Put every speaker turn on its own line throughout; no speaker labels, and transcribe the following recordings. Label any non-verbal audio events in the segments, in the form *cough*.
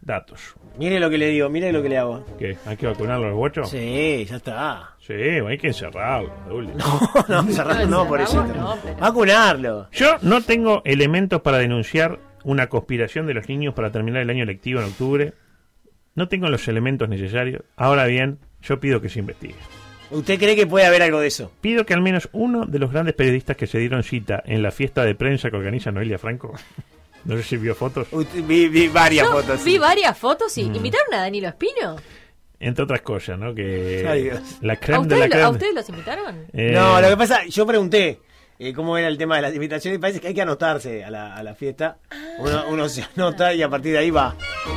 Datos.
Mire lo que le digo, mire lo que le hago.
¿Qué? ¿Hay que vacunarlo a los guachos?
Sí, ya está. *laughs*
Sí, hay que encerrarlo. de última.
No, no, cerrarlo no, por eso.
No, pero-
Vacunarlo.
Yo no tengo elementos para denunciar una conspiración de los niños para terminar el año lectivo en octubre. No tengo los elementos necesarios. Ahora bien, yo pido que se investigue.
¿Usted cree que puede haber algo de eso?
Pido que al menos uno de los grandes periodistas que se dieron cita en la fiesta de prensa que organiza Noelia Franco. *laughs* No sé si vio fotos.
Usted- vi, vi varias
Yo
fotos.
vi
sí.
varias fotos
Mm.
y invitaron a Danilo Espino.
Entre otras cosas, ¿no? Que
Ay, Dios.
la
¿A
creme de la
ustedes, lo- ¿A
creme.
ustedes los invitaron?
Eh,
No, lo que pasa, yo pregunté eh, cómo era el tema de las invitaciones y parece que hay que anotarse a la, a la fiesta.
Ah.
Uno, uno se anota y a partir de ahí va.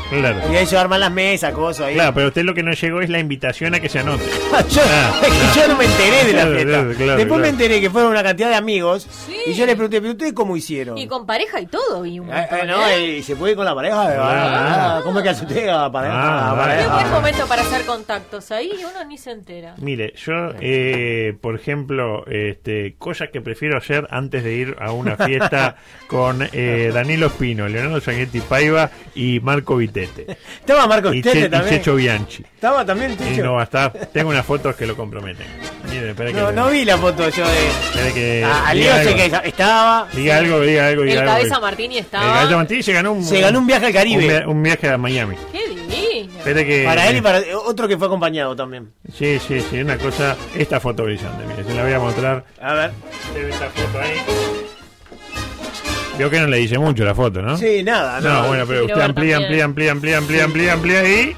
claro.
Y ahí se arman las mesas, cosas ahí. *laughs*
Claro, pero usted lo que no llegó es la invitación a que se anote.
yo,
Ah,
es que
claro.
yo no me enteré de la
Claro,
fiesta.
claro, claro,
Después me
claro.
enteré que fueron una cantidad de amigos
Sí.
y yo les pregunté, ¿pero ustedes cómo hicieron?
Y con pareja y todo. Y un
Ah, ah,
montón,
no,
¿eh?
y se puede ir con la pareja.
Ah.
ah, ¿Cómo es que hace usted a la pareja?
Ah,
A la
vale.
Qué
pareja.
buen momento para hacer contactos ahí y uno ni se entera.
Mire, yo, eh, por ejemplo, este, cosas que prefiero hacer antes de ir a
*laughs*
una fiesta con eh, Danilo Espino, Leonardo Sanguetti Paiva y Marco
*laughs*
Vitete.
Estaba Marco
Y,
Estelle
Che- y
también.
Checho Bianchi.
Estaba también
Y
Checho.
no va a estar. Tengo unas fotos que lo comprometen. Mire, espera
no,
que,
no vi la foto yo de.
espera que
a, a Leo
diga,
sé
algo,
que esa- estaba.
diga algo, diga algo, diga
El
algo.
cabeza Martini
El
estaba.
Cabeza Martini se ganó un,
Se ganó un viaje al
un
Caribe.
via- un viaje a Miami.
Qué divino.
Espera que,
Para él y para eh, otro que fue acompañado también.
Sí, sí, sí, una cosa. Esta foto brillante, mire, se la voy a mostrar.
A ver.
esta foto ahí. Veo que no le dice mucho la foto, ¿no?
Sí, nada,
No,
no. *laughs*
bueno, pero
Quiero
usted
ver
amplía, amplía,
también.
amplía, amplía, amplía, amplía, amplía y.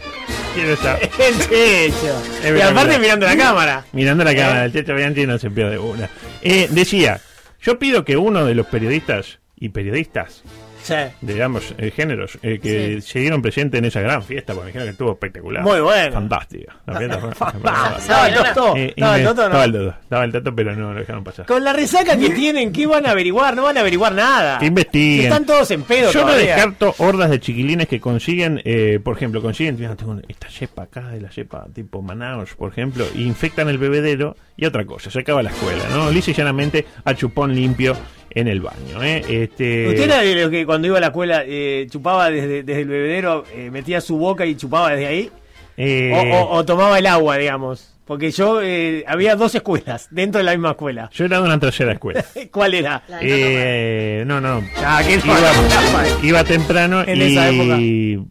*laughs*
¿Quién está?
El Checho. Y
verdad,
aparte
verdad.
mirando la cámara. ¿Eh?
Mirando la cámara del Teto Bianchi no se pierde una. Eh, decía, yo pido que uno de los periodistas y periodistas
Sí.
de ambos eh, géneros eh, que se dieron presentes en esa gran fiesta, porque me dijeron que estuvo espectacular.
Muy bueno.
Fantástica. La
*laughs*
fiesta fue-
Ah, Estaba el Toto.
Eh, y
Estaba el
me-
Toto,
estaba
¿no?
el Toto, estaba el Toto, pero no lo dejaron pasar.
Con la resaca que tienen, ¿qué van a averiguar? No van a averiguar nada.
Que investiguen.
Si Están todos en pedo.
Yo no
todavía.
descarto hordas de chiquilines que consiguen, eh, por ejemplo, consiguen mira, tengo una- esta yepa acá de la yepa tipo Manaus, por ejemplo, e infectan el bebedero y otra cosa, se acaba la escuela, ¿no? Lisa y llanamente a chupón limpio en el baño, ¿eh? Este,
¿Usted era de los que cuando iba a la escuela eh, chupaba desde, desde el bebedero, eh, metía su boca y chupaba desde ahí?
eh,
O, o- o tomaba el agua, digamos. Porque yo eh, había dos escuelas *laughs* dentro de la misma escuela.
Yo era de una
*laughs*
tercera escuela.
¿Cuál era?
La-
Eh, no, no.
Ah, qué
Iba, iba temprano
En
y,
esa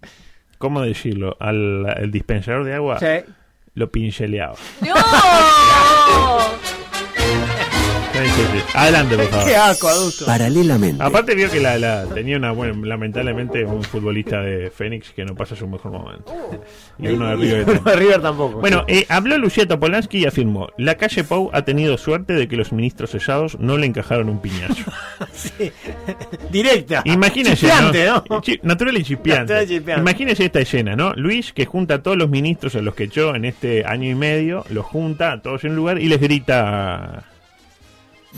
¿cómo decirlo? Al, al dispensador de agua
Sí.
lo pinceleaba. *laughs*
¡No!
Entonces, Adelante, por
*laughs*
favor.
Qué asco, adulto.
Paralelamente,
Aparte vio que la, la- tenía una buena, lamentablemente un futbolista de Fénix que no pasa su mejor momento.
Oh.
Y uno de River
Uno *laughs*
también.
de River tampoco.
Bueno, eh, habló Lucieta Polanski y afirmó, la calle Pau ha tenido suerte de que los ministros cesados no le encajaron un
*laughs*
piñazo.
directa.
Imagínense,
Chiflante,
¿no?
¿no?
Chi- natural y chispeante.
Natural y chispeante.
Imagínense esta escena, ¿no? Luis, que junta a todos los ministros a los que echó en este año y medio, los junta a todos en un lugar y les grita...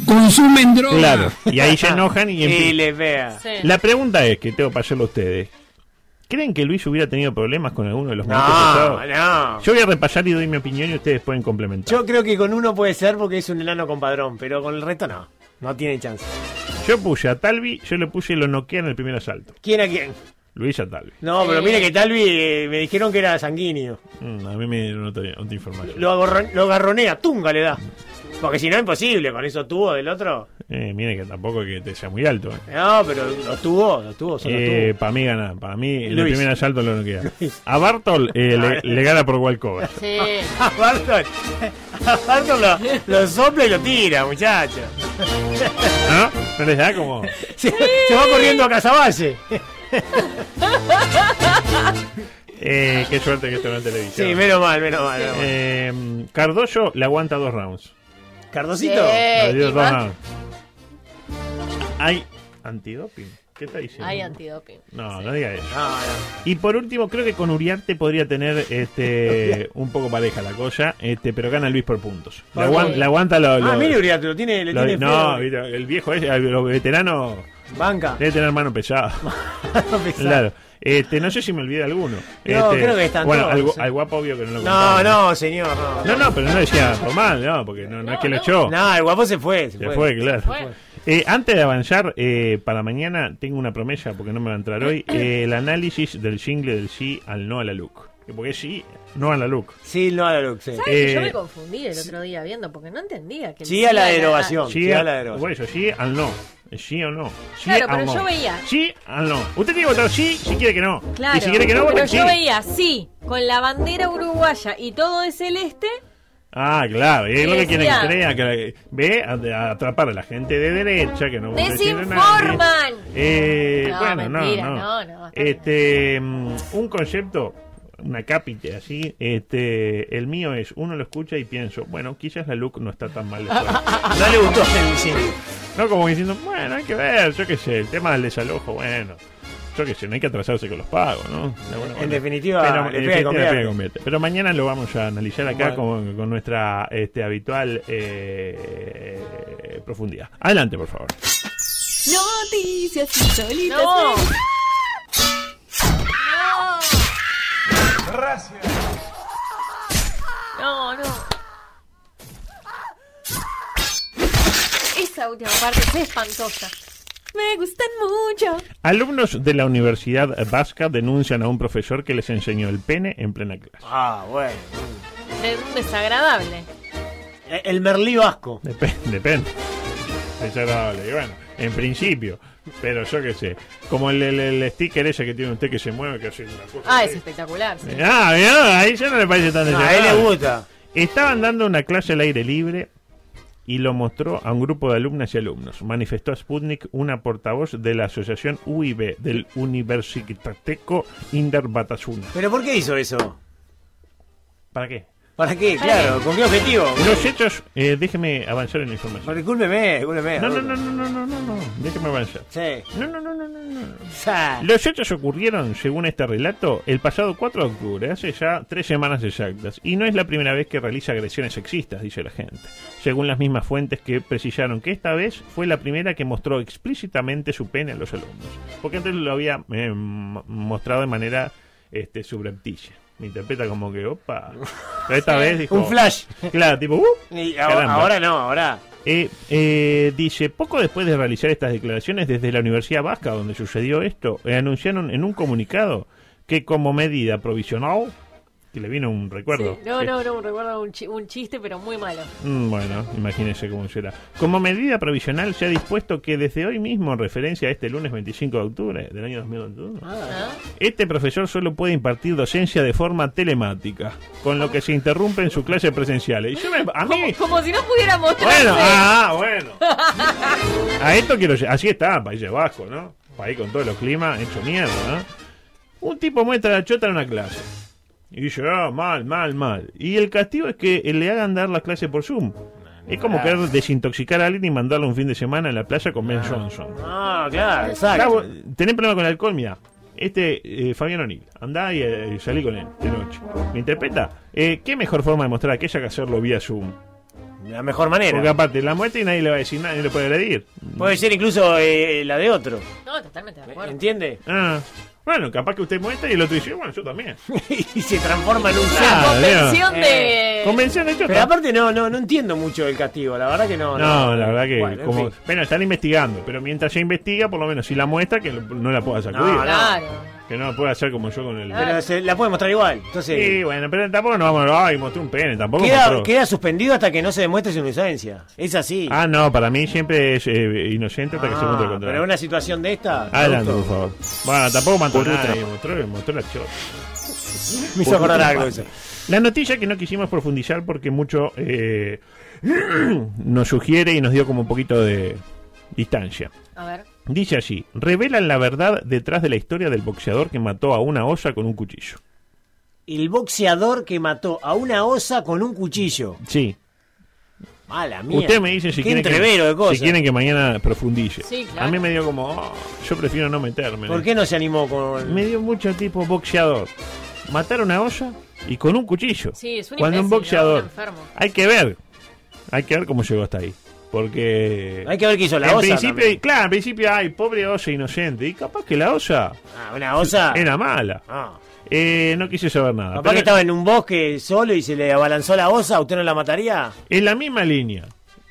¡Consumen droga! Claro, y ahí se enojan
*laughs*
y...
Y
empie-
le vea.
Sí.
La pregunta es, que tengo para hacerlo a ustedes, ¿creen que Luis hubiera tenido problemas con alguno de los ministros
No,
cesados?
no.
Yo voy a repasar y doy mi opinión y ustedes pueden complementar.
Yo creo que con uno puede ser porque es un enano compadrón, pero con el resto no. No tiene chance.
Yo puse a Talvi, yo le puse y lo noquea en el primer asalto.
¿Quién a quién?
Luis a Talvi.
No, pero mire que Talvi eh, me dijeron que era sanguíneo.
Mm, a mí me dieron otra, otra información.
Lo, agarro- lo garronea, tunga le da. Porque si no, imposible, con esos tubos del otro.
Eh, mire que tampoco que te sea muy alto. Eh.
No, pero los tubos, los tubos son los
para mí gana, para mí el
Luis.
primer asalto lo noquea. A Bartol eh, le, le gana por walkover.
*laughs*
Sí.
tubos. A Barton, a Barton lo, lo sopla y lo tira, muchacho.
¿No? ¿No les da como?
Se, *laughs* se va corriendo a Casaballe.
Eh, qué suerte que esto no es televisión.
Sí, menos mal, menos mal. menos mal.
Eh, Cardoso le aguanta dos rounds.
Cardosito.
Le dio
Sí,
dos
Eh, Iván.
rounds. Hay antidoping. ¿Qué está diciendo?
Hay antidoping.
No, no diga eso.
No, no.
Y por último, creo que con Uriarte podría tener
*laughs*
este un poco pareja la cosa, este pero gana Luis por puntos. Le,
Por
aguan-
puntos.
le aguanta lo,
Ah,
lo-
mire Uriarte, lo tiene, le
Lo-
tiene
no,
fe.
viste, el viejo es, los veteranos
banca. *laughs*
debe tener mano pesada. claro. Este, no sé si me olvidé alguno.
No,
Este,
creo que están
Bueno,
todos,
al, gu-
sí.
al guapo obvio que no lo
No,
contamos.
no, señor, no.
No, no, pero no decía mal, no, porque no, no es que lo echó.
No, el guapo se fue, se,
Se fue, claro.
fue.
Eh, antes de avanzar, eh, para mañana tengo una promesa, porque no me va a entrar
*coughs*
hoy, eh, el análisis del single del sí al no a la look. Que Porque es sí, no a la look.
Sí, no a la luz, sí.
¿Sabes que yo
Eh,
me confundí el otro día viendo? Porque no entendía que... el
Sí a la derogación.
Sí,
Sí a
al-
la derogación.
por eso, sí al no. Eh, Sí o no. Sí
Claro,
al
pero
no.
yo veía.
Sí al no. Usted tiene que votar sí si quiere que no.
Claro,
Y si quiere que no,
pero
vote sí.
yo veía, sí, con la bandera uruguaya y todo de celeste,
Ah, claro. Y es lo que
Sí,
quieren que crea.
decía.
Que ve a, a atrapar a la gente de derecha que no
Desinforman.
vote sí de nadie. Eh,
No,
bueno,
mentira,
no, no.
no, no, está bien.
este, mm, un concepto, una cápita así. Este, el mío es, uno lo escucha y pienso, bueno, quizás la look no está tan mal.
*laughs*
después.
No le gustó el sí.
No, como diciendo, bueno, hay que ver, yo qué sé, el tema del desalojo, bueno, yo qué sé, no hay que atrasarse con los pagos, ¿no? De alguna
En
manera.
definitiva,
Pero,
le
en
pega y
definitiva, le pega y
convierte.
convierte. Pero mañana lo vamos a analizar acá
Bueno.
con, con nuestra este, habitual eh, profundidad. Adelante, por favor.
Noticias insólitas.
no. No, no. Esa última parte es espantosa.
Me gustan mucho.
Alumnos de la Universidad Vasca denuncian a un profesor que les enseñó el pene en plena clase.
Ah, bueno.
De- Desagradable.
Eh, El Merlí Vasco.
Depende, *laughs* depende. Desagradable. Y bueno, en principio. Pero yo qué sé. Como el, el- el sticker ese que tiene usted que se mueve, que hace una cosa.
Ah, es
así.
espectacular. sí.
Ah, mirá, ahí ya no le parece tan
No, a él le
desagradable.
gusta.
Estaban dando una clase al aire libre y lo mostró a un grupo de alumnas y alumnos. Manifestó a Sputnik una portavoz de la asociación UIB del Universitateco Inder Batasuna.
¿Pero por qué hizo eso?
¿Para qué?
¿Para qué? Claro, ¿con qué objetivo?
Los hechos, eh, déjeme avanzar en la
Pero
información.
Discúlpeme, discúlpeme.
No, no, no, no, no, no, no, no, déjeme avanzar.
Sí.
No, no, no, no, no, no.
Sa-
Los hechos ocurrieron, según este relato, el pasado 4 de octubre, hace ya tres semanas exactas, y no es la primera vez que realiza agresiones sexistas, dice la gente, según las mismas fuentes que precisaron que esta vez fue la primera que mostró explícitamente su pene a los alumnos, porque antes lo había eh, m- mostrado de manera este, subrepticia. Me interpreta como
*laughs*
que, opa, Pero esta vez dijo...
Un flash.
Claro, tipo, uh,
Y a-
caramba.
ahora no, ahora.
Eh, eh, dice, poco después de realizar estas declaraciones desde la Universidad Vasca, donde sucedió esto, eh, anunciaron en un comunicado que como medida provisional, que le vino un recuerdo.
Sí. No,
eh,
no, no, recuerdo un, chi- un chiste, pero muy malo.
Mm, Bueno, imagínense cómo será. Como medida provisional se ha dispuesto que desde hoy mismo, en referencia a este lunes 25 de octubre del año 2021,
Ah.
este profesor solo puede impartir docencia de forma telemática, con lo que se interrumpe en sus clases presenciales. Y yo me- a mí,
Como si no pudiera mostrarse.
bueno, ah, bueno. A esto quiero lle- Así está, Países Vascos, ¿no? País con todos los climas, hecho mierda, ¿no? Un tipo muestra la chota en una clase. Y dice, ah, mal, mal, mal. Y el castigo es que eh, le hagan dar la clase por Zoom. Es como querer desintoxicar a alguien y mandarlo un fin de semana en la playa con Ben Johnson.
Ah, claro,
Acá
exacto.
vos tenés problema con el alcohol, mira. Este eh, Fabián O'Neill, andá y eh, salí con él de noche. ¿Me interpreta? Eh, ¿Qué mejor forma de mostrar aquella que hacerlo vía Zoom?
La mejor manera.
Porque aparte la muerte y nadie le va a decir nada, nadie le puede agredir.
Puede ser incluso eh, la de otro.
No, totalmente de acuerdo.
¿Entiende? *laughs*
Ah, bueno, capaz que usted muestra y el otro dice, bueno, yo también.
y se transforma en un
Ah,
sapo.
Convención
Dios.
de.
Convención de
Eh, Pero
chota.
aparte no, no, no entiendo mucho el castigo, la verdad que no.
No, la verdad que
Bueno, en
como,
fin.
bueno, están investigando, pero mientras ya investiga, por lo menos si la muestra que lo- no la pueda sacudir,
No, no.
Claro.
que no la pueda hacer como yo con el
Pero se- la puede mostrar igual. Entonces,
Sí, bueno, pero tampoco nos vamos, ay, mostró un pene, tampoco
queda,
mostró.
queda suspendido hasta que no se demuestre su inocencia. Es así.
Ah, no, para mí siempre es eh, inocente hasta que se muestra
Ah,
el
pero
contrario.
en una situación de esta.
Adelante, por
producto,
favor. Bueno, tampoco mató a
Por
nadie,
otra.
mostró, mostró la chota.
Me hizo acordar algo eso.
La noticia que no quisimos profundizar porque mucho eh, *clears throat* nos sugiere y nos dio como un poquito de distancia.
A ver.
Dice así, revelan la verdad detrás de la historia del boxeador que mató a una osa con un cuchillo.
El boxeador que mató a una osa con un cuchillo.
Sí.
Mala mía.
Usted me dice si
Qué
quieren,
entrevero de
que,
cosas.
si quieren que mañana profundice.
Sí, claro.
A mí me dio como, "Oh, yo prefiero no meterme.
¿Por qué no se animó con.?
Me dio mucho tipo boxeador. Matar a una olla y con un cuchillo.
Sí, es un
Cuando un
imbécil, ¿no?
boxeador.
Un enfermo.
Hay que ver. Hay que ver cómo llegó hasta ahí. Porque.
Hay que ver qué hizo la
en
osa.
principio,
también.
claro, en principio, ay, pobre osa inocente. Y capaz que la osa
Ah, una osa.
era mala.
Ah.
Eh, no quise saber nada.
Papá
Pero
que estaba en un bosque solo y se le abalanzó la osa, ¿usted no la mataría?
En la misma línea.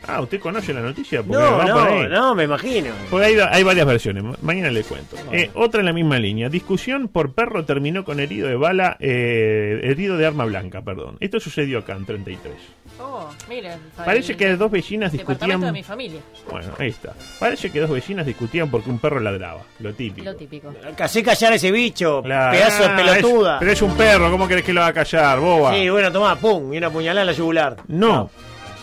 Ah, ¿usted conoce la noticia? Porque
No,
va por ahí.
no, no, me imagino.
Porque hay, hay varias versiones, ma- mañana le cuento. Eh, otra en la misma línea. Discusión por perro terminó con herido de bala, eh, herido de arma blanca, perdón. Esto sucedió acá en 33.
Oh, miren.
Parece que dos vecinas discutían...
Departamento de mi familia.
Bueno, ahí está. Parece que dos vecinas discutían porque un perro ladraba. Lo típico.
Lo típico.
Eh,
Hacé callar a ese bicho,
Claro.
pedazo de
Ah,
pelotuda.
es- pero es un perro, ¿cómo querés que lo haga callar, boba?
Sí, bueno, tomá, pum, y una puñalada en la yugular.
no,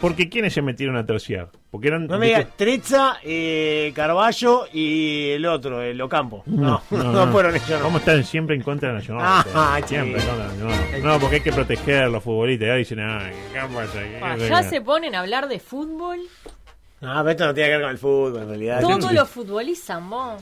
porque ¿quiénes se metieron a terciar? Porque eran...
No me digas, Trezza, eh, Carballo y el otro, el Ocampo. No, *laughs* no, fueron ellos, no.
¿Cómo están siempre en contra de Nacional?
Ah,
siempre
sí.
en contra de Nacional. No, porque hay que proteger a los futbolistas. Ya dicen, ay, ¿qué pasa? ¿Qué
Pa,
pasa?
Ah, Ya se ponen a hablar de fútbol.
Ah, pero esto no tiene que ver con el fútbol, en realidad.
Todo lo futbolizan, vos.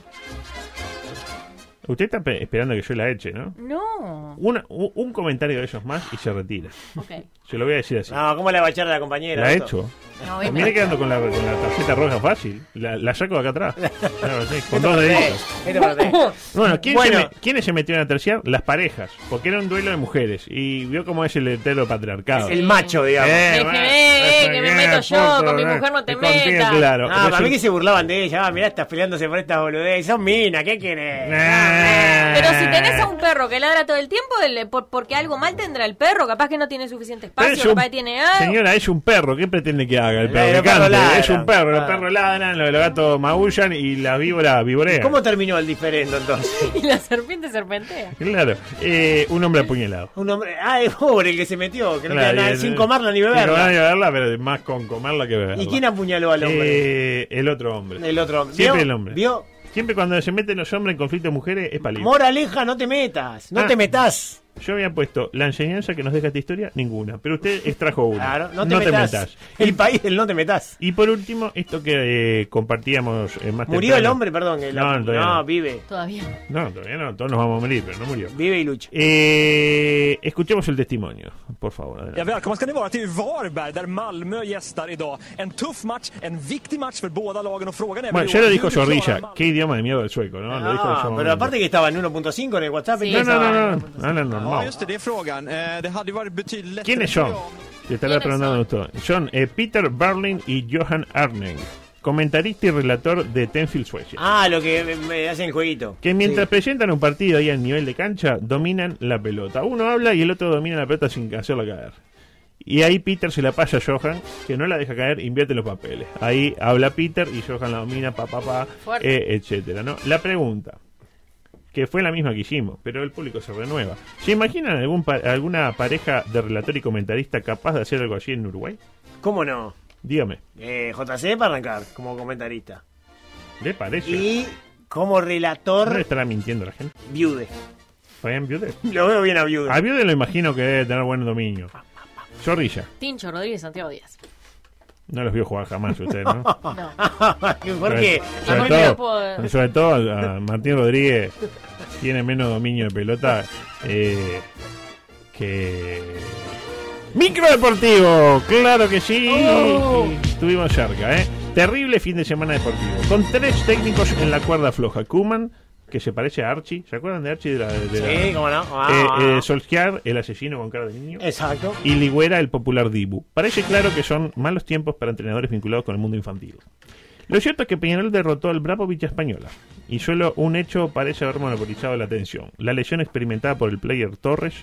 Usted está pe- esperando que yo la eche, ¿no?
No.
Una- u- un comentario de ellos más y se retira.
Ok.
Se lo voy a decir así.
No, ¿cómo la va a echar a la compañera?
la he
Ah, esto?
hecho.
No, este.
Pues
ven. *laughs*
mire quedando con la, con la tarjeta roja fácil. La, la saco de acá
*laughs*
atrás. Claro, sí, con dos
Eh,
deditos.
esto para ti.
Bueno, ¿quién
Bueno.
Se me- ¿quiénes se metieron a terciar? Las parejas. Porque era un duelo de mujeres. Y vio cómo es el heteropatriarcado.
El macho, digamos.
Eh,
Dije,
bueno,
eh, eh, que me
eh,
meto yo,
poco,
con mi
eh,
mujer no te
y contigo,
metas.
Claro.
Ah, para
Resulta-
mí que se burlaban de ella. Ah, mirá, estás peleándose por estas boludeces. Son minas, ¿qué querés?
Eh,
Pero si tenés a un perro que ladra todo el tiempo, el- eh, por- porque algo mal tendrá el perro, capaz que no tiene suficiente
Pero es
espacio,
un-
capaz que tiene algo.
Señora, es un perro. ¿Qué pretende que haga el
El
perro? Que
perro
cante.
ladra.
Es un perro. Los
Ah.
perros ladran, los, los gatos maullan y las víboras vivorean.
¿Cómo terminó el diferendo entonces?
*laughs*
*laughs*
Y la serpiente serpentea.
Claro. Eh, un hombre apuñalado.
Un hombre. Ah, es pobre el que se metió, que no
Claro,
queda nada
y-
sin comerla ni
Sin comerla ni
beberla.
beberla, pero más con comerla que beberla.
¿Y quién apuñaló al hombre?
Eh, el otro hombre.
el otro hombre.
Siempre
¿Vio?
el hombre.
¿Vio?
Siempre cuando se meten los hombres en conflicto de mujeres es palito.
Moraleja, no te metas. No
Ah.
te metas.
Yo había puesto la enseñanza que nos deja esta historia, ninguna. Pero usted extrajo una.
Claro, no te metas. El país del no te metas.
Y por último, esto que eh, compartíamos eh, más
Murió el
temprano.
hombre, perdón. el-
No, no, todavía no.
vive.
Todavía.
No, todavía no. Todos nos vamos a morir, pero no murió.
Vive y lucha.
Eh, escuchemos el testimonio, por favor. adelante.
Ja, välkomna ska ni vara till Varberg där Malmö gästar idag. En tuff match, en viktig match för båda lagen och frågan är
Bueno,
väl
ya
i
lo
år,
dijo
hur klarar
Zorrilla.
Malmö-
Qué idioma de miedo del sueco, ¿no? Lo dijo en
Ah,
ese momento.
pero aparte que estaba en 1.5 en el WhatsApp. y
Sí,
No,
pensaba-
no, no,
en
no. no, no, normal.
Ja, just det, det är frågan. Eh, det hade ju varit betydligt lättare...
¿Quiénes son? Te estará
¿Quiénes
preguntando esto. Son eh, Peter Berlin y Johan Arning, comentarista y relator de Tenfield, Suecia.
Ah, lo que me- me hacen el jueguito.
Que mientras presentan un partido ahí al nivel de cancha, dominan la pelota. Uno habla y el otro domina la pelota sin hacerla caer. Y ahí Peter se la pasa a Johan, que no la deja caer, invierte los papeles. Ahí habla Peter y Johan la domina, pa, pa, pa,
Fuerte.
eh, etcétera, ¿no? La pregunta, que fue la misma que hicimos, pero el público se renueva. ¿Se imaginan algún pa- alguna pareja de relator y comentarista capaz de hacer algo así en Uruguay?
¿Cómo no?
Dígame,
Eh, JC para arrancar como comentarista.
¿le parece?
Y como
¿No
relator,
estará mintiendo la gente?
viude. *laughs*
Fabián Biude.
Lo veo bien a viude.
A Biude lo imagino que debe tener buen dominio. Zorrilla.
Tincho Rodríguez Santiago Díaz.
No los vio jugar jamás usted,
*laughs*
¿no?
No.
*laughs* ¿Por qué? Ah,
A mí me
Sobre, sobre
lo puedo-
todo, sobre todo a a Martín Rodríguez tiene menos dominio de pelota eh, que... Microdeportivo, claro que sí.
Oh.
Estuvimos cerca, ¿eh? Terrible fin de semana deportivo. Con tres técnicos en la cuerda floja. Kuman, que se parece a Archie. ¿Se acuerdan de Archie? De la, de la-
Sí, cómo no.
Eh,
Ah,
eh, Solskjaer, el asesino con cara de niño.
Exacto. *laughs*
y Ligüera, el popular Dibu. Parece claro que son malos tiempos para entrenadores vinculados con el mundo infantil. Lo cierto es que Peñarol derrotó al Bravo Villa Española, y solo un hecho parece haber monopolizado la atención: la lesión experimentada por el player Torres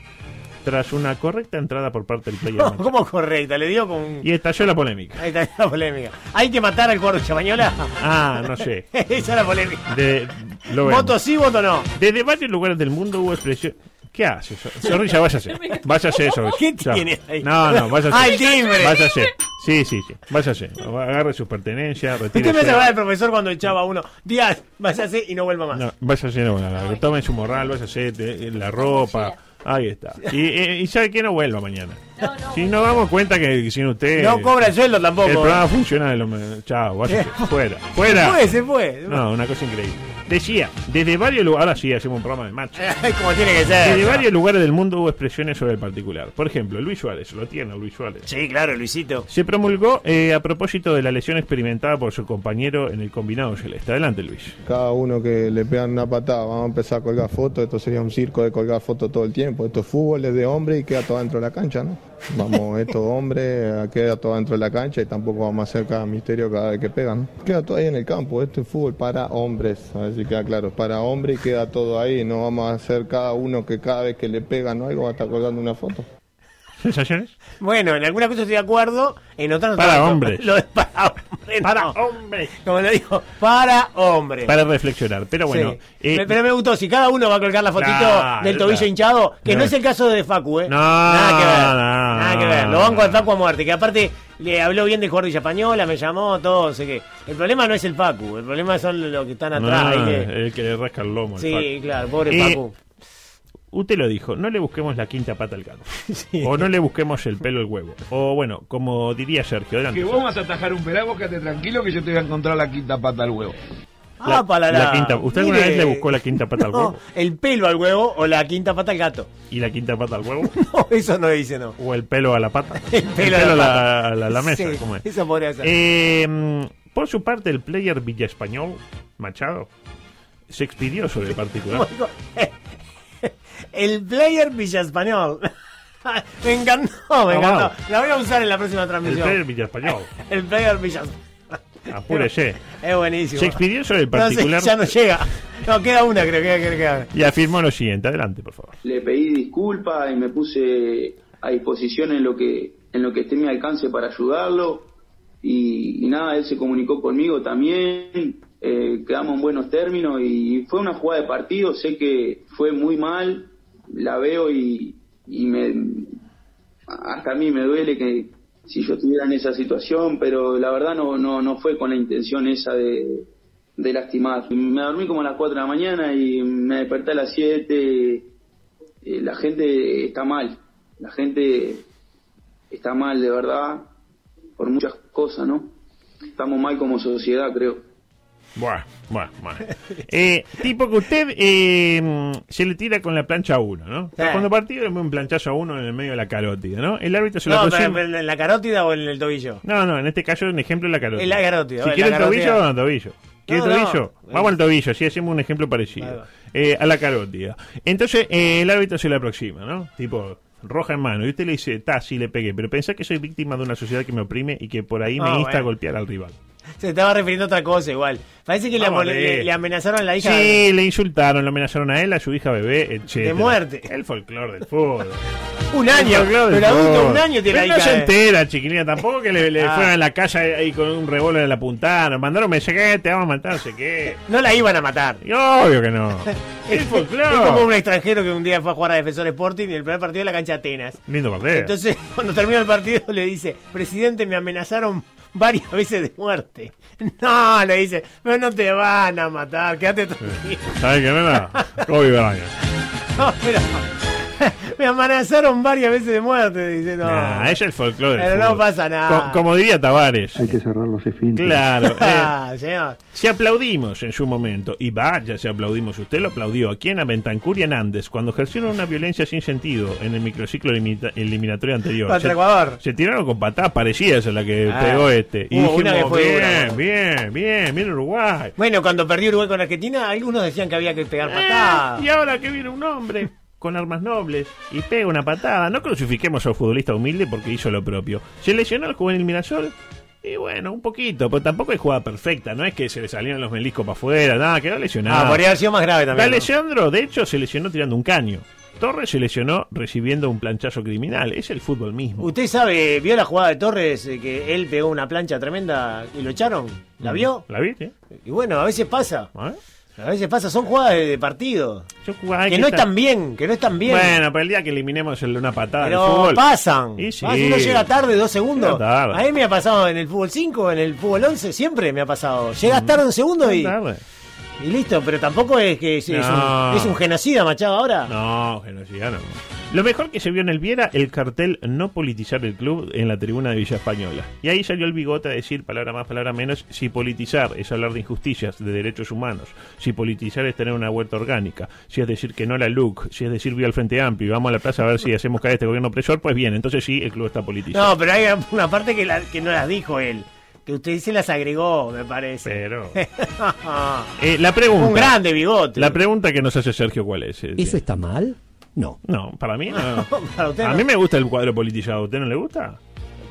tras una correcta entrada por parte
*laughs*
del player. Machado.
¿Cómo correcta? Le dio con...
Y estalló la polémica.
Ahí está *laughs* la polémica. ¿Hay que matar al cuadro chabañola?
Ah, no sé.
*laughs* Esa es la polémica.
De, lo vemos.
¿Voto sí, voto no?
Desde varios lugares del mundo hubo expresión. ¿Qué haces? Zorrilla, váyase. Váyase, Zorrilla.
¿Qué
Chao.
tiene ahí?
No, no, váyase.
¡Ah, el timbre!
Váyase. Sí, sí, sí. Váyase. Agarre sus pertenencias, retire.
Usted me hace
su-
acordar del profesor cuando echaba a uno. Díaz, vas a hacer y no vuelva más.
No, váyase, no, no, no. Tome su morral, váyase, te- la ropa. Ahí está. Y, eh, y sabe que no vuelva mañana. si no damos cuenta que sin usted.
No cobra el sueldo tampoco. ¿eh?
El programa funciona de lo me- Chao, váyase. Fuera. Fuera.
Se fue, se fue.
No, una cosa increíble. Decía, desde varios lugares. Ahora sí hacemos un programa de macho.
*laughs* Como tiene que *laughs* ser.
Desde varios lugares del mundo hubo expresiones sobre el particular. Por ejemplo, Luis Suárez, lo tiene Luis Suárez.
Sí, claro, Luisito.
Se promulgó eh, a propósito de la lesión experimentada por su compañero en el combinado celeste. Adelante, Luis.
Cada uno que le pegan una patada, vamos a empezar a colgar fotos, esto sería un circo de colgar fotos todo el tiempo. Esto es fútbol, es de hombre y queda todo dentro de la cancha, ¿no? Vamos, esto hombre, eh, queda todo dentro de la cancha y tampoco vamos a hacer cada misterio cada vez que pegan. ¿no? Queda todo ahí en el campo, esto es fútbol para hombres, a ver si queda claro, es para hombre y queda todo ahí, no vamos a hacer cada uno que cada vez que le pegan o algo va a estar colgando una foto.
¿Sensaciones?
Bueno, en algunas cosas estoy de acuerdo, en otras no
Para
tanto.
hombres.
*laughs* Lo de para hombres.
Para
no.
hombres.
Como lo dijo, para hombres.
Para reflexionar. Pero bueno.
Sí.
eh,
Me- pero me gustó, si cada uno va a colgar la fotito
Claro,
del tobillo
claro.
hinchado, que no.
No.
es el caso de Facu, ¿eh?
No,
nada que ver.
no,
nada que ver.
no,
Lo banco
no.
al Facu a muerte, que aparte le habló bien de jugador Villa Española, me llamó, todo, no sé qué. El problema no es el Facu, el problema son los que están
no,
atrás. ahí que-
ah, el que le rasca el lomo. el
Sí,
Paco.
claro, pobre
Eh,
Facu.
Usted lo dijo, no le busquemos la quinta pata
*laughs*
al gato. O no le busquemos el pelo al huevo. O bueno, como diría Sergio, adelante.
Que vos vas a atajar un penal, vos quédate tranquilo que yo te voy a encontrar la quinta pata al huevo.
La,
Ah, para la,
la quinta- ¿Usted alguna
Mire.
vez le buscó la quinta pata
*laughs*
al
No,
huevo?
el pelo al huevo o la quinta pata al gato.
¿Y la quinta pata al
*laughs*
huevo?
No, eso no dice, no.
¿O el pelo a la pata?
*laughs* El pelo a la pata.
a la- a la mesa.
Sí,
¿cómo es?
Eso podría ser.
Eh, mm, por su parte, el player Villa Español, Machado, se expidió sobre el
*laughs*
particular.
Como digo, *laughs* el player Villa Español. *laughs* me encantó, me
Ah,
encantó.
wow.
La voy a usar en la próxima
El
transmisión.
player
*laughs*
Villa Español,
El player Villa
apúrese.
Es buenísimo.
Se expidió sobre el particular
No, sí, ya no llega. No, queda una, creo que queda, queda una.
y afirmó lo siguiente. Adelante, por favor.
le pedí disculpas y me puse a disposición Eh, en lo que en lo que esté en mi alcance para ayudarlo y, y nada él se comunicó conmigo también eh, quedamos en buenos términos y fue una jugada de partido sé que fue muy mal la veo y, y me hasta a mí me duele que si yo estuviera en esa situación pero la verdad no no no fue con la intención esa de de lastimar. Me dormí como a las 4 de la mañana y me desperté a las 7 eh, la gente está mal, la gente está mal de verdad por muchas cosas, ¿no? Estamos mal como sociedad, creo.
Buah, buah,
*laughs*
buah. Eh, tipo que usted eh, se le tira con la plancha a uno, ¿no?
Sí.
Cuando partido le pone un planchazo a uno en el medio de la carótida, ¿no? El árbitro se
No,
la
pero-
puso.
pero ¿en la carótida o en el tobillo?
No, no, en este caso un ejemplo es la carótida.
Es la carótida,
Si
vale,
quiere
la
el tobillo,
carótida.
vamos al tobillo. ¿Quiere
No,
el
no.
tobillo? Vamos al tobillo, si hacemos un ejemplo parecido. Eh, a la carótida. Entonces eh, el árbitro se le aproxima, ¿no? Tipo, roja en mano. Y usted le dice, ta, sí le pegué, pero pensá que soy víctima de una sociedad que me oprime y que por ahí me
Ah,
insta a
bueno.
golpear al rival.
Se estaba refiriendo a otra cosa igual. Parece que le,
Vamos,
amol-
eh.
le, le amenazaron a la hija.
Sí, le insultaron, lo amenazaron a él, a su hija bebé, etc.
De muerte.
El folclore del fútbol.
Un año,
El folclore
pero
del
el adulto
fútbol.
un año tiene
Pero
la
no
hija.
se
de-
entera, chiquilina, tampoco que le, le
Ah.
fueron a la calle ahí con un revólver en la puntada. Mandaron mensaje, "Eh, te vamos a matar, no sé qué.
No la iban a matar.
Y obvio que
*laughs*
no. El folclore.
Es como un extranjero que un día fue a jugar a Defensor Sporting y el primer partido de la cancha Atenas.
Lindo partido.
Entonces, *laughs* cuando termina el partido, le dice: Presidente, me amenazaron varias veces de muerte. *laughs* No, le dice: Pero no te van a matar, quédate tranquilo. *laughs*
¿Sabes qué, nena? Kobe Bryant.
No, pero. *laughs* Me amenazaron varias veces de muerte, dice. No. *laughs*
Nah, es el folclore. del
Pero no
fútbol.
pasa nada.
Co- como diría Tavares.
Hay que cerrar los esfínteres.
Claro. eh,
*laughs* Ah, señor.
Si aplaudimos en su momento, y vaya si aplaudimos, usted lo aplaudió aquí en Aventancur y en Andes, cuando ejercieron una violencia sin sentido en el microciclo elimita- eliminatorio anterior.
Contra
Se-
Ecuador.
Se tiraron con patadas parecidas a la que
Ah.
pegó este. Y
Hubo una
dijimos,
que fue
bien,
dura,
bien,
¿no?
bien, bien, Uruguay.
Bueno, cuando perdió Uruguay con Argentina, algunos decían que había que pegar
Eh,
patadas.
y ahora que viene un hombre con armas nobles y pega una patada, no crucifiquemos al futbolista humilde porque hizo lo propio. Se lesionó el juvenil Mirasol. Y bueno, un poquito, pero tampoco es jugada perfecta, no es que se le salieron los meliscos para afuera, nada, quedó lesionado.
Ah, podría haber sido más grave también. ¿no?
Alessandro, de hecho, se lesionó tirando un caño. Torres se lesionó recibiendo un planchazo criminal. Es el fútbol mismo.
¿Usted sabe, vio la jugada de Torres eh, que él pegó una plancha tremenda y lo echaron? ¿La vio?
Mm. ¿La viste?
Y bueno, a veces pasa.
A
veces pasa, son jugadas de, de partido.
Yo jugaba
que no están bien, que no están bien.
Bueno, pero el día que eliminemos el de una patada del
pero
fútbol.
pasan.
Y sí.
Ah, si uno llega tarde, dos segundos.
Llega tarde.
A mí me ha pasado en el fútbol 5, en el fútbol 11, siempre me ha pasado.
Mm.
Llegas tarde un segundo y,
Tarde.
y listo, pero tampoco es que es, es
No.
un, es un genocida, Machado, ahora.
No, genocida no. Lo mejor que se vio en el Viera, el cartel no politizar el club en la tribuna de Villa Española. Y ahí salió el bigote a decir palabra más, palabra menos, si politizar es hablar de injusticias, de derechos humanos, si politizar es tener una huerta orgánica, si es decir que no la LUC, si es decir vía al Frente Amplio y vamos a la plaza a ver si hacemos caer este gobierno opresor, pues bien, entonces sí, el club está politizado.
No, pero hay una parte que, la- que no las dijo él. Que usted se las agregó, me parece.
Pero.
*laughs*
Eh, la pregunta.
Un grande bigote.
La pregunta que nos hace Sergio, ¿cuál es?
¿Eso está mal? No.
No, para mí no.
Para usted *laughs*
A
no.
mí me gusta el cuadro politizado. ¿A usted no le gusta?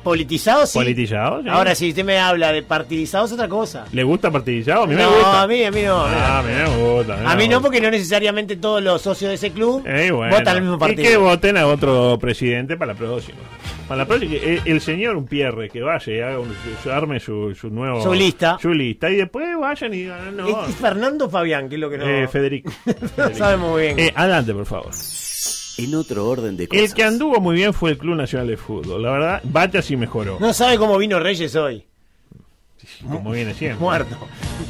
Politizado sí.
Politizado, sí.
Ahora, si usted me habla de partidizado es otra cosa.
¿Le gusta partidizado? A mí me
no,
gusta.
a mí, a mí no.
Ah, a mí me gusta. Eh,
a mí no, porque no necesariamente todos los socios de ese club votan al mismo partido.
Y que voten a otro presidente para la próxima. Para la próxima, que el, el señor un Pierre que vaya y haga un- su- arme su, su nuevo.
Su lista.
Su lista. Y después vayan y digan, no.
Es, es Fernando Fabián, que es lo que no.
Eh, Federico.
no *laughs* sabe muy bien.
Eh, adelante, por favor.
En otro orden de
El
cosas.
que anduvo muy bien fue el Club Nacional de Fútbol. La verdad, Bata sí mejoró.
No sabe cómo vino Reyes hoy.
Como viene siempre.
Muerto.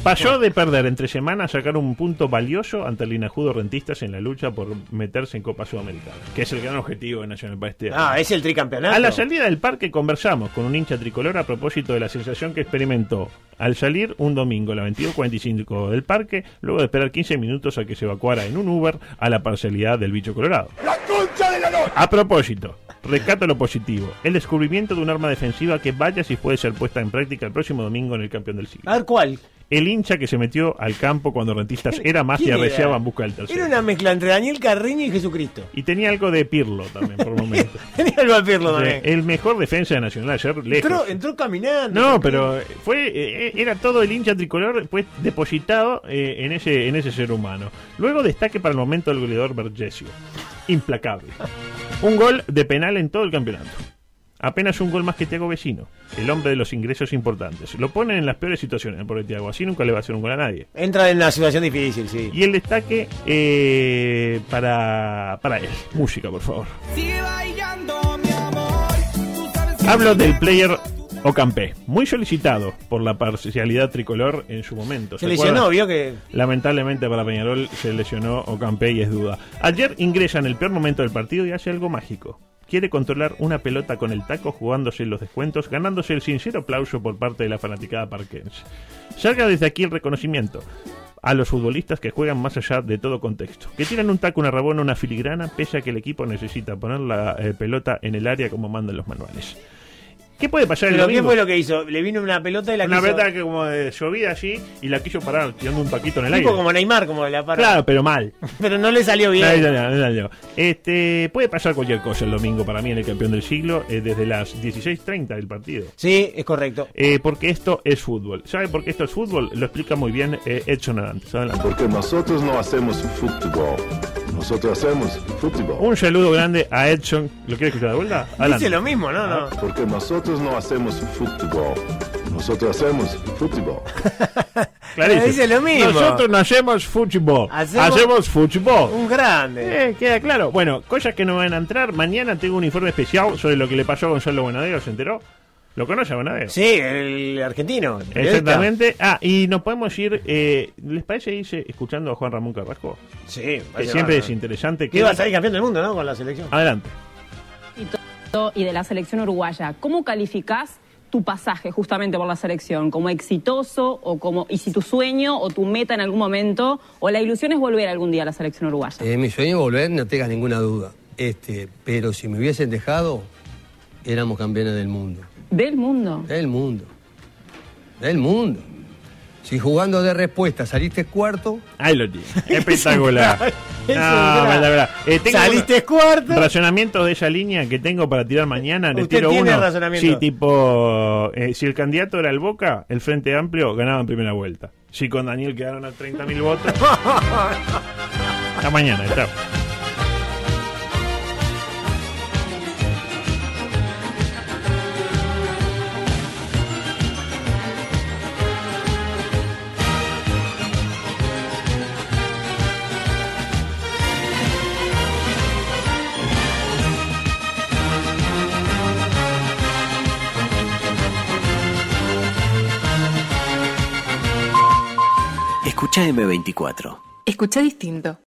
Pasó de perder entre semanas a sacar un punto valioso ante el Inajudo Rentistas en la lucha por meterse en Copa Sudamericana, que es el gran objetivo de Nacional para este año.
Ah, es el tricampeonato.
A la salida del parque conversamos con un hincha tricolor a propósito de la sensación que experimentó al salir un domingo a la 22.45 del parque, luego de esperar 15 minutos a que se evacuara en un Uber a la parcialidad del bicho colorado. A propósito, rescato lo positivo, el descubrimiento de un arma defensiva que vaya si puede ser puesta en práctica el próximo domingo en el campeón del siglo.
A ver cuál.
El hincha que se metió al campo cuando Rentistas era más y
¿Quién era?
arreciaba en busca del
Era
tercero.
una mezcla entre Daniel Carriño y Jesucristo. *laughs*
Y tenía algo de Pirlo también por momentos.
Tenía el Valpirlo
Sí,
también.
El mejor defensa de Nacional ayer, lejos.
Entró, entró caminando.
No, pero fue eh, era todo el hincha tricolor pues, depositado eh, en ese en ese ser humano. Luego destaque para el momento del goleador Vergesio,
*laughs*
implacable. Un gol de penal en todo el campeonato. Apenas un gol más que Tiago Vecino, el hombre de los ingresos importantes. Lo ponen en las peores situaciones, porque Tiago así nunca le va a hacer un gol a nadie.
Entra en una situación difícil, sí.
Y el destaque eh, para, para él. Música, por favor. Hablo del player Ocampé, muy solicitado por la parcialidad tricolor en su momento.
Se, lesionó, vio que.
Lamentablemente para Peñarol se lesionó Ocampé y es duda. Ayer ingresa en el peor momento del partido y hace algo mágico. Quiere controlar una pelota con el taco jugándose los descuentos, ganándose el sincero aplauso por parte de la fanaticada parquense. Salga desde aquí el reconocimiento a los futbolistas que juegan más allá de todo contexto. Que tiran un taco, una rabona, una filigrana, pese a que el equipo necesita poner la eh, pelota en el área como mandan los manuales. ¿Qué puede pasar el
¿Pero
domingo?
qué fue lo que hizo? Le vino una pelota y la
Una
quiso-
pelota que como de llovía allí y la quiso parar tirando un taquito en el aire.
Tipo como Neymar, como la paró.
Claro, pero mal.
Pero no le salió bien.
Ahí está, ahí está, ahí está. Este, puede pasar cualquier cosa el domingo para mí en el campeón del siglo eh, desde las 16.30 del partido.
Sí, es correcto.
Eh, porque esto es fútbol. ¿Sabe por qué esto es fútbol? Lo explica muy bien eh, Edson Arantes. Adelante.
Porque nosotros no hacemos fútbol. Nosotros hacemos fútbol.
Un saludo grande a Edson. ¿Lo quiere escuchar de vuelta? Adelante.
Dice lo mismo, no, no.
Porque nosotros no hacemos fútbol. Nosotros hacemos fútbol.
Clarísimo.
Dice lo mismo.
Nosotros no hacemos fútbol.
Hacemos-
Hacemos, fútbol.
Un grande.
Eh, queda claro. Bueno, cosas que no van a entrar. Mañana tengo un informe especial sobre lo que le pasó a Gonzalo Bonadeo. ¿Se enteró? ¿Lo conoce a Bonadeo?
Sí, el argentino. el periodista.
Exactamente. Ah, y nos podemos ir. eh, ¿Les parece irse escuchando a Juan Ramón Carrasco?
Sí,
Que
vaya
siempre
bárbaro.
es Ah, interesante.
Que iba a salir campeón del mundo, ¿no? Con la selección.
Adelante.
y de la selección uruguaya. ¿Cómo calificás tu pasaje justamente por la selección? ¿Como exitoso o como y si tu sueño o tu meta en algún momento o la ilusión es volver algún día a la selección uruguaya?
Eh, mi sueño es volver, no tengas ninguna duda. Este, pero si me hubiesen dejado, éramos campeones del mundo.
Del mundo.
Del mundo. Del mundo. Si jugando de respuesta saliste cuarto.
Ahí lo tiene. Espectacular.
Es un
No,
gran.
verdad, verdad. Eh, tengo
Saliste
unos
cuarto.
Razonamientos de esa línea que tengo para tirar mañana. Le
Usted
tiro
tiene
uno.
razonamiento.
Sí, tipo. eh, si el candidato era el Boca, el Frente Amplio ganaba en primera vuelta. Si con Daniel quedaron a 30.000 votos. Hasta mañana, chao.
Escucha M24.
Escucha distinto.